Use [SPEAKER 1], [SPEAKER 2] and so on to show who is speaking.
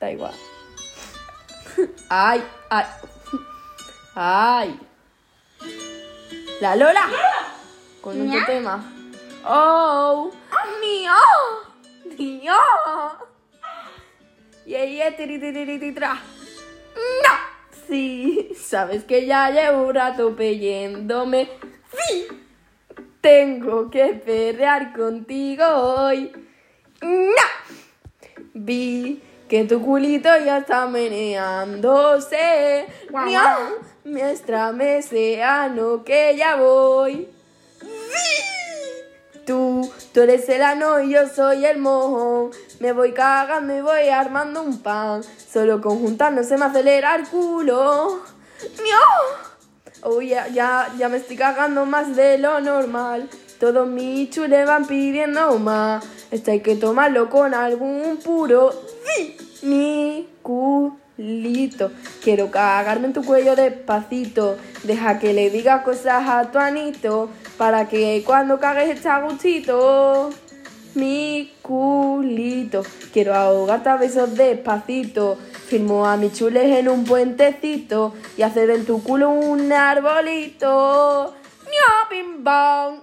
[SPEAKER 1] Da igual. Ay, ay. Ay. La Lola. Con otro
[SPEAKER 2] Ña.
[SPEAKER 1] tema. Oh. Mío. Mío. Ye, ye, tiri, tiri, tiri, tra. No. Sí. Sabes que ya llevo un rato peyéndome. Sí. Tengo que perrear contigo hoy. No. Vi que tu culito ya está meneándose.
[SPEAKER 2] Guau,
[SPEAKER 1] Miau,
[SPEAKER 2] guau.
[SPEAKER 1] Muéstrame ese ano que ya voy. Tú, tú eres el ano y yo soy el mojón. Me voy cagando y voy armando un pan. Solo con juntarnos se me acelera el culo. ¡Miau! Oh, ya, ya, ya me estoy cagando más de lo normal. Todos mis chules van pidiendo más. Esto hay que tomarlo con algún puro. ¡Sí! Mi culito. Quiero cagarme en tu cuello despacito. Deja que le diga cosas a tu anito. Para que cuando cagues esté a gustito. Mi culito, quiero ahogarte a besos despacito. Firmo a mis chules en un puentecito y hacer en tu culo un arbolito. ¡Ño, pim, pam!